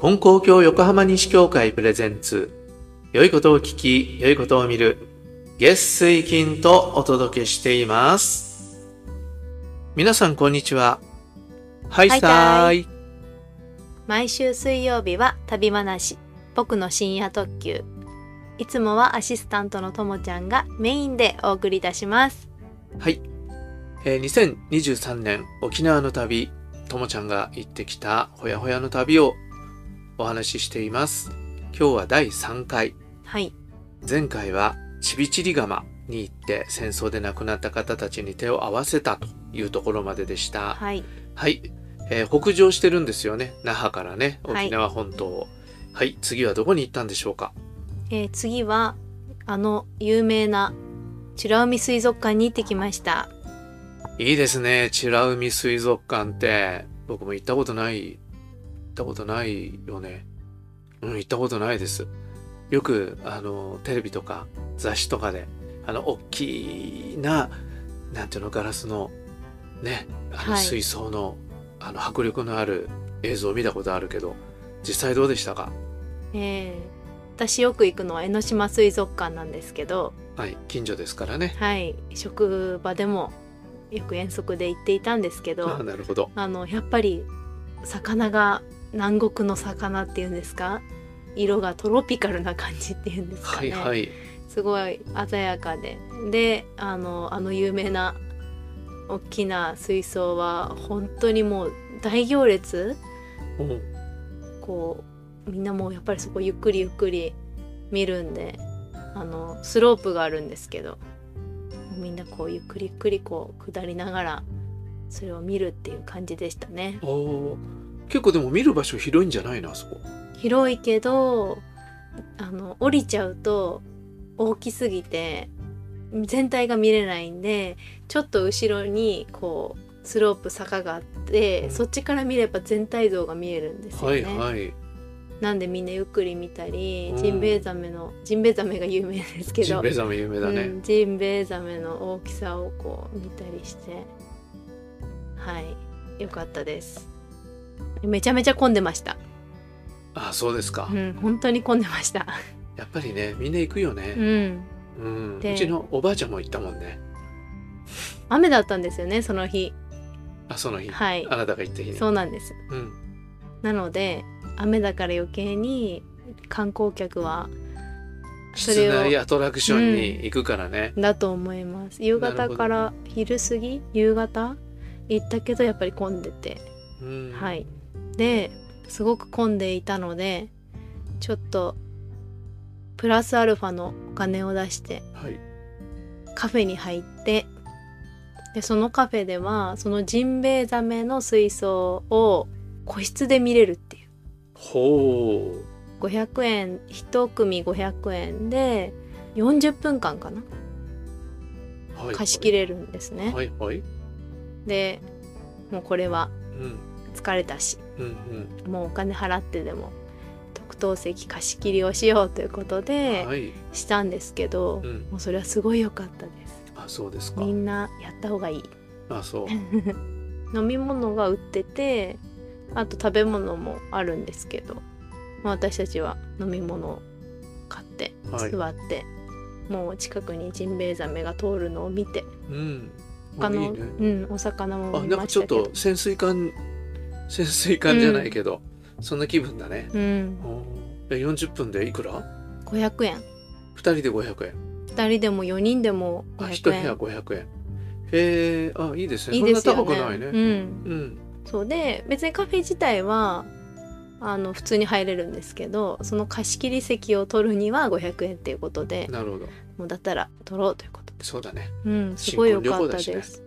金光教横浜西教会プレゼンツ、良いことを聞き、良いことを見る、月水金とお届けしています。皆さんこんにちは。はいはいささーーい。毎週水曜日は旅話僕の深夜特急いつもはアシスタントのともちゃんがメインでお送りいたしますはい。えー2023年沖縄の旅、ともちゃんが行ってきたほやほやの旅をお話ししています。今日は第3回。はい前回はチビチリ釜に行って戦争で亡くなった方たちに手を合わせたというところまででした。はい。はいえー北上してるんですよね。那覇からね、はい沖縄本島を。はい、次はどこに行ったんでしょうかえー次はあの有名な美ら海水族館に行ってきましたいいですね。美ら海水族館って、僕も行ったことない、行ったことないよね。うん、行ったことないです。よく、あの、テレビとか雑誌とかで、あの、大きな、なんていうの、ガラスの、ね、あの、はい水槽の、あの、迫力のある映像を見たことあるけど、実際どうでしたかえー私よく行くのは江ノ島水族館なんですけどはい、近所ですからね。はい職場でもよく遠足で行っていたんですけあ どなるほど。あのやっぱり魚が南国の魚っていうんですか色がトロピカルな感じっていうんですかはいね、はい。すごい鮮やかでであのあの有名な大きな水槽は本当にもう大行列うんこうみんなもうやっぱりそこゆっくりゆっくり見るんであのスロープがあるんですけどみんなこうゆっくりゆっくりこう下りながらそれを見るっていう感じでしたね。おー結構でも見る場所広いんじゃないな、あそこ。広いけどあの降りちゃうと大きすぎて全体が見れないんでちょっと後ろにこうスロープ坂があって、うんそっちから見れば全体像が見えるんですよはね。いはい。なんでみんなゆっくり見たり、うんジンベエザメのジンベエザメが有名ですけどジンベエザメ有名だね、うん、ジンベエザメの大きさをこう見たりしてはいよかったです。めちゃめちゃ混んでました。あそうですか、うん、本当に混んでました。やっぱりねみんな行くようね、ん、うんうでちのおばあちゃんも行ったもんね雨だったんですよねその日あその日、はいあなたが行った日にそうなんですうん、なので雨だから余計に観光客はそ室れを内アトラクションに行くからね、だと思います夕なる方ほどから昼過ぎ夕方行ったけどやっぱり混んでて、うんはいですごく混んでいたのでちょっとプラスアルファのお金を出してはいカフェに入ってでそのカフェではそのジンベエザメの水槽を個室で見れるっていうほう500円1組500円で40分間かなはい貸し切れるんですね、はいはい、でもうこれはうん、疲れたしうんもうお金払ってでも特等席貸し切りをしようということうんではいしたんですけど、うんもうそれはすごい良かったですあそうですかみんなやった方がいいあそう飲み物が売っててあと食べ物もあるんですけど、まあ、私たちは飲み物を買ってはい座って、もう近くにジンベエザメが通るのを見て うん他のいいねうん、お魚もあ見なんまかしちょったけどと潜水艦 潜水艦じゃないけど、そんな気分だね、うおん、ーえ40分でいくら500円2人で500円2人でも4人でもあ、一部500屋円五百円。へえ、あ、いいですね。いいですよそねんな高くないね。うん、うん。そうで別にカフェ自体はあの普通に入れるんですけどその貸し切り席を取るには500円っていうことでなるほど。もうだったら取ろうということでそうだね。うん、すごい良かった新婚旅行だでしす、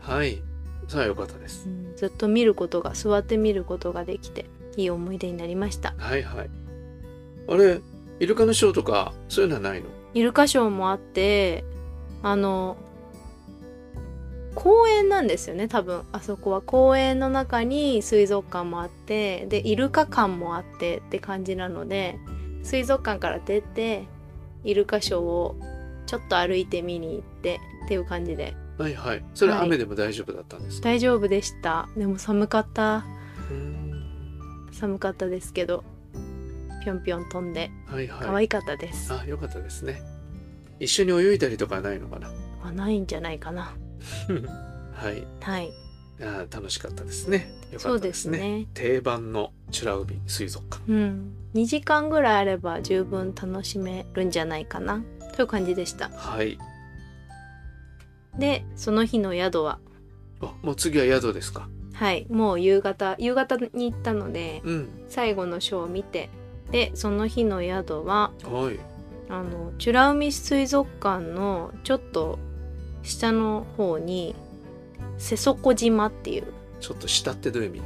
はい。さあ、よかったですう。んずっと見ることが座って見ることができていい思い出になりましたはいはい。あれ、イルカのショーとか、そういうのはないの。イルカショーもあってあの公園なんですよね多分あそこは公園の中に水族館もあってでイルカ館もあってって感じなので水族館から出てイルカショーをちょっと歩いて見に行ってっていう感じではいはい。それははい雨でも大丈夫だったんですか。大丈夫でしたでも寒かったうーん寒かったですけどぴょんぴょん飛んではいはい。可愛かったです、あ、よかったですね。一緒に泳いだりとかはないのかな。 あないんじゃないかなはい。はいあ楽しかったですね。よかそっうたでですすね。ね定番の美ら海水族館。うん2時間ぐらいあれば十分楽しめるんじゃないかなという感じでしたはい。でその日の宿はあ、もう次は宿ですか。はいもう夕方夕方に行ったのでうん。最後のショーを見てでその日の宿ははい。あの美ら海水族館のちょっと下の方に瀬底島っていうちょっと下ってどういう意味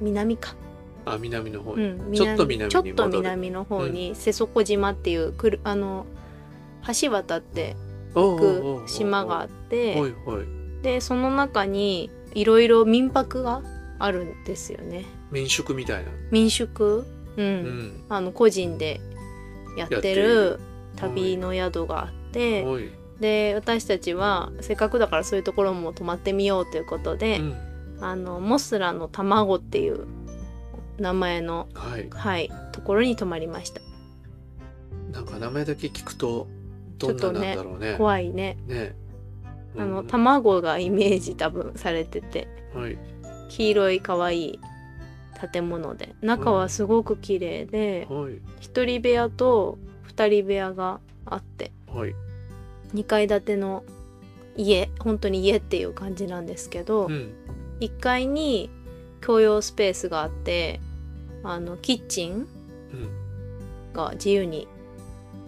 南か、あ、南の方うに。ん、ちょっと南にちょっと戻る南の方に瀬底島っていうくるあの橋渡っておうおうおうくおう島があっはていはい。でその中にいろいろ民泊があるんですよね民宿みたいな。民宿、うんうん。あの個人でやっやっててるる旅の宿があって、はい。で私たちはせっかくだからそういうところも泊まってみようということで、うん。あのモスラの卵っていう名前の、はい。はい、ところに泊まりましたなんか名前だけ聞くと、どんななんだろうね。ね怖いねあの卵がイメージ多分されててうんはい。黄色い可愛い建物で中はすごく綺麗で、はい。一人部屋と二人部屋があってはい。 2階建ての家本当に家っていう感じなんですけど、うん。 1階に共用スペースがあってあのキッチンうん。が自由に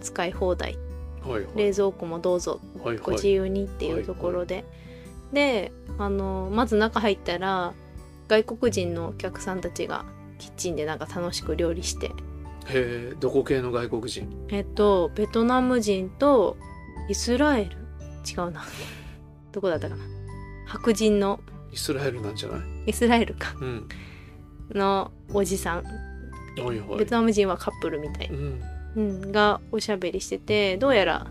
使い放題はいはい。冷蔵庫もどうぞはいはご自い。由にっていうところで、であのまず中入ったら外国人のお客さんたちがキッチンでなんか楽しく料理してへえ、どこ系の外国人えっとベトナム人とイスラエル違うな どこだったかな白人のイスラエルなんじゃないイスラエルかうん。のおじさんはいはい。ベトナム人はカップルみたいなうん。うん、がおしゃべりしててどうやら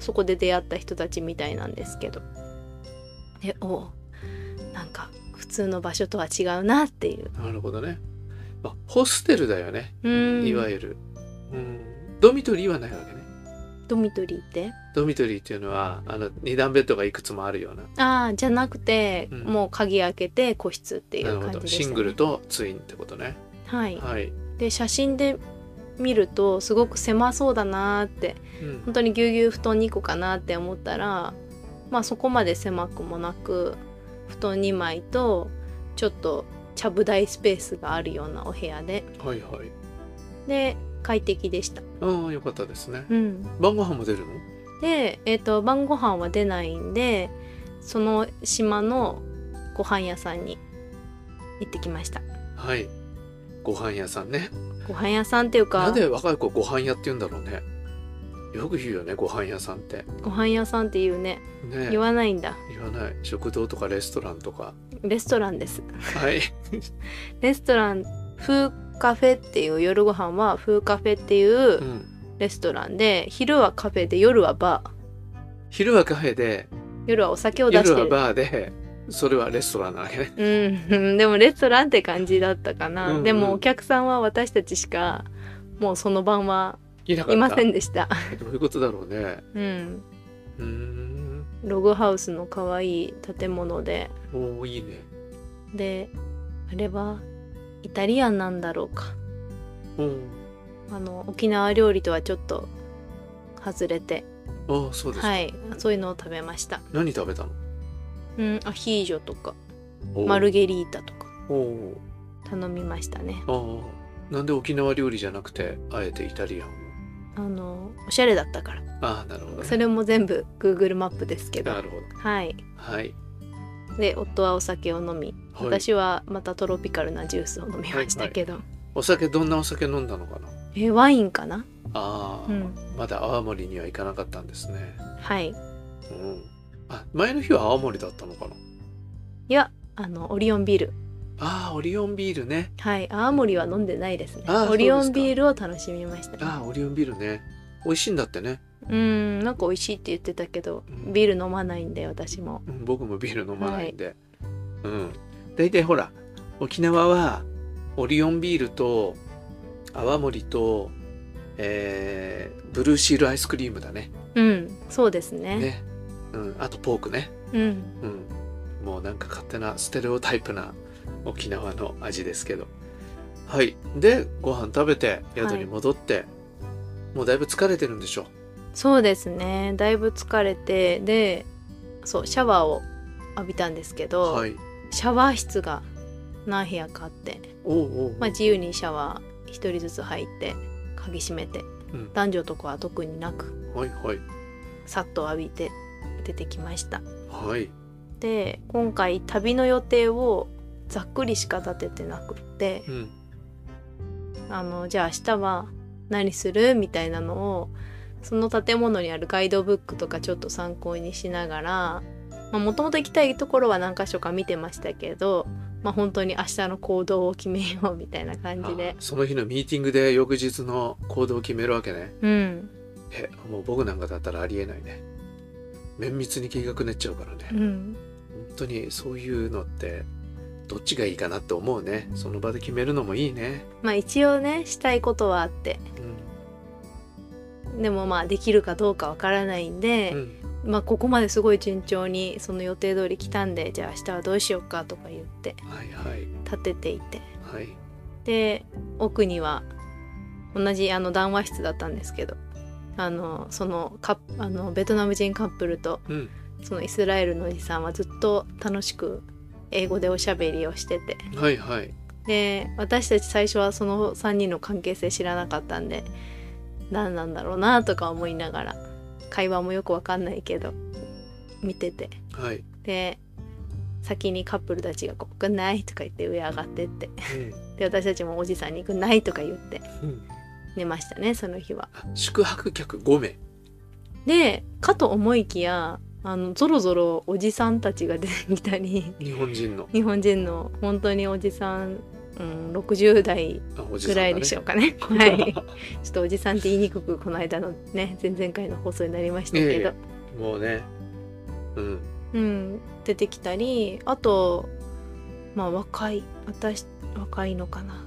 そこで出会った人たちみたいなんですけどでおうなんか普通の場所とは違うなっていう、なるほどね。まあ、ホステルだよね。うん、いわゆる。うん。ドミトリーはないわけね。ドミトリーってドミトリーっていうのは、あの、二段ベッドがいくつもあるような。ああじゃなくて、うんもう鍵開けて個室っていなうる感ほじでど。した、ね、シングルとツインってことね。はいはい。で写真で見るとすごく狭そうだなーってうん本当にぎゅうぎゅう布団2個かなって思ったらまあそこまで狭くもなく布団2枚とちょっとちゃぶ台スペースがあるようなお部屋ではいはい。で快適でした。ああ、よかったですね。うん、晩ご飯も出るので、えー、と晩ご飯は出ないんでその島のご飯屋さんに行ってきました。はい。ご飯屋さんね。ご飯屋さんっていうなかんで若い子ご飯屋って言うんだろうね。よく言うよね、ご飯屋さんって。ご飯屋さんっていうねね言わないんだ言わない。食堂とかレストランと か。レストランです。はい。。レストラン風カフェっていう夜ご飯は風カフェっていううんレストランで昼はカフェで夜はバー昼はカフェで夜はお酒を出して夜るはバーでそれはレストランなわけねうん、 でもレストランって感じだったかな、うんうんでもお客さんは私たちしかもうその晩はいなかいったませんでした、どういうことだろうねうん、うーんログハウスの可愛い建物でおーいいねであれはイタリアンなんだろうかおーあの沖縄料理とはちょっと外れてあーそうですか、はいそういうのを食べました、何食べたのうん、アヒージョとかおーマルゲリータとかおー頼みましたねあーなんで沖縄料理じゃなくてあえてイタリアンをあのおしゃれだったからああなるほど、ね、それも全部 Google マップですけなどるほどはいはいで夫はお酒を飲み、はい私はまたトロピカルなジュースを飲みましたけど、お酒どんなお酒飲んだのかなえワインかなああ、うんまだ青森には行かなかったんですねはいうんあ前の日は青森だったのかないやあのオリオンビールああオリオンビールねはい青森は飲んでないですねあーオリオそンうですかビールを楽しみましたああオリオンビールね美味しいんだってねうんなんか美味しいって言ってたけどうんビール飲まないんで私もうん僕もビール飲まないんで、うん大体ほら沖縄はオリオンビールと泡盛と、えーブルーシールアイスクリームだね。うんそうですねね。うん、あとポークね。うんうん。もうなんか勝手なステレオタイプな沖縄の味ですけど。はい。で、ご飯食べて宿に戻って、もうだいぶ疲れてるんでしょそうですねだいぶ疲れてでそうシャワーを浴びたんですけう。ど、はい。シャワー室が何部屋かあって、おうおうおうまあ、自由にシャワー一人ずつ入って鍵閉めて、うん男女とかは特になくはいはい。さっと浴びて出てきましたはい。で今回旅の予定をざっくりしか立ててなくってうん。あのじゃあ明日は何するみたいなのをその建物にあるガイドブックとかちょっと参考にしながらもともと行きたいところは何箇所か見てましたけど、まあ、本当に明日の行動を決めようみたいな感じあでその日のミーティングで翌日の行動を決めるわけね。うん、え、もう僕なんかだったらありえないね。綿密に計画練っちゃうからね。うん、本当にそういうのってどっちがいいかなって思うねその場で決めるのもいいね、まあ一応ねしたいことはあってうでもまあできるかどうかわからないんでん、うんまあここまですごい順調にその予定通り来たんでじゃあ明日はどうしようかとか言ってはいはい立てていてはいで奥には同じあの談話室だったんですけどあのそのカップあのベトナム人カップルとうんそのイスラエルのおじさんはずっと楽しく英語でおしゃべりをしててはいはいで私たち最初はその3人の関係性知らなかったんで何なんだろうなとか思いながら会話もよくわかんないけど見ててはい、で先にカップルたちがこう「グッナイ」とか言って上上がってってで私たちもおじさんに「グッナイ」とか言ってうんうん、寝ましたねその日は。あ宿泊客5名でかと思いきやあのぞろぞろおじさんたちが出てきたり 日本人の日本人の本当におじさん、うん、60代あおじさぐんだ、らね、いでしょうかね。はい、ちょっとおじさんって言いにくくこの間のね前々回の放送になりましたけえど、もうねうんうん、出てきたりあとまあ若い私若いのかな、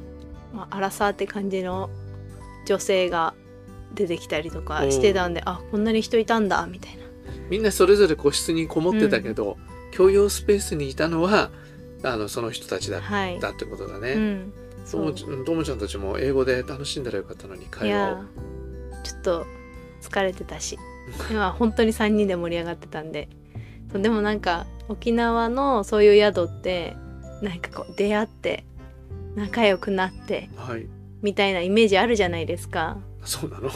まあ、アラサーって感じの女性が出てきたりとかしてたんで、あこんなに人いたんだみたいな。みんなそれぞれ個室にこもってたけど、共用スペースにいたのはあのその人たちだっはい、たってことだね、うん、ともちともちゃんたちも英語で楽しんだらよかったのにい会話をやーちょっと疲れて たし今本当に3人で盛り上がってたんでそうでもなんか沖縄のそういう宿ってなんかこう出会って仲良くなってはいみたいなイメージあるじゃないですか そうなのい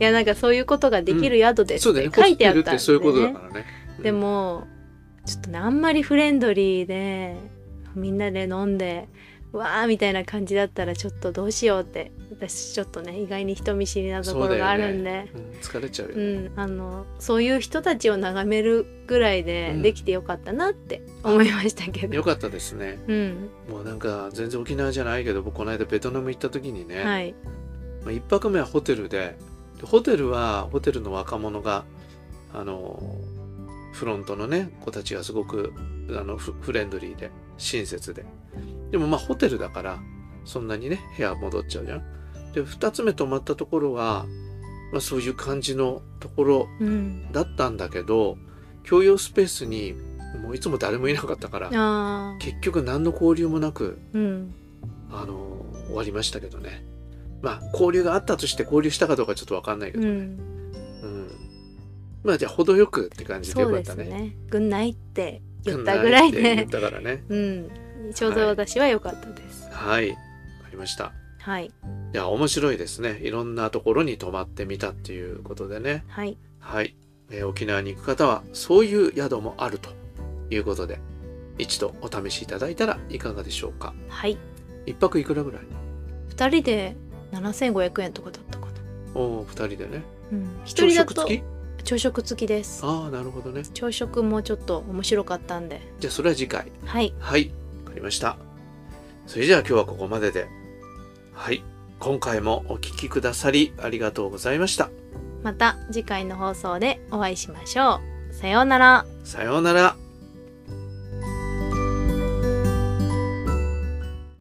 やなんかそういうことができる宿ですそうっだよてね。書いてあっホステたルっんてそういうことでだねからね。うんで、もちょっとねあんまりフレンドリーでみんなで飲んでわーみたいな感じだったらちょっとどうしようって私ちょっとね意外に人見知りなところがあるんでうん疲れちゃうようね。ん、あのそういう人たちを眺めるぐらいでうんできてよかったなって思いましたけど、よかったですね。うんもうなんか全然沖縄じゃないけど、僕この間ベトナム行った時にね、はいまあ一泊目はホテルで、でホテルはホテルの若者があのフロントのね子たちがすごくあのフフレンドリーで親切で、でもまあホテルだからそんなにね部屋戻っちゃうじゃん。で二つ目泊まったところは、まあそういう感じのところうん、だったんだけど共用スペースにもういつも誰もいなかったからあー結局何の交流もなくうんあの終わりましたけどねまあ交流があったとして交流したかどうかちょっと分かんないけうど、んうんまあじゃあ程よくって感じでそようかっでたすねね「ぐんない」って言ったぐらい言っで、たからねうん、ちょうど私は良かったです。はい分かりましたはいいや面白いですねいろんなところに泊まってみたっていうことでねはいはい、えー沖縄に行く方はそういう宿もあるということで一度お試しいただいたらいかがでしょうかはい一泊いくらぐらい2人で7500円とかだったかな、おお二人でねうん、1人だ朝と食付き朝食付きですああなるほどね朝食もちょっと面白かったんでじゃあそれは次回はいはいわかりましたそれじゃあ今日はここまでではい今回もお聞きくださりありがとうございましたまた次回の放送でお会いしましょう。さようなら。さようなら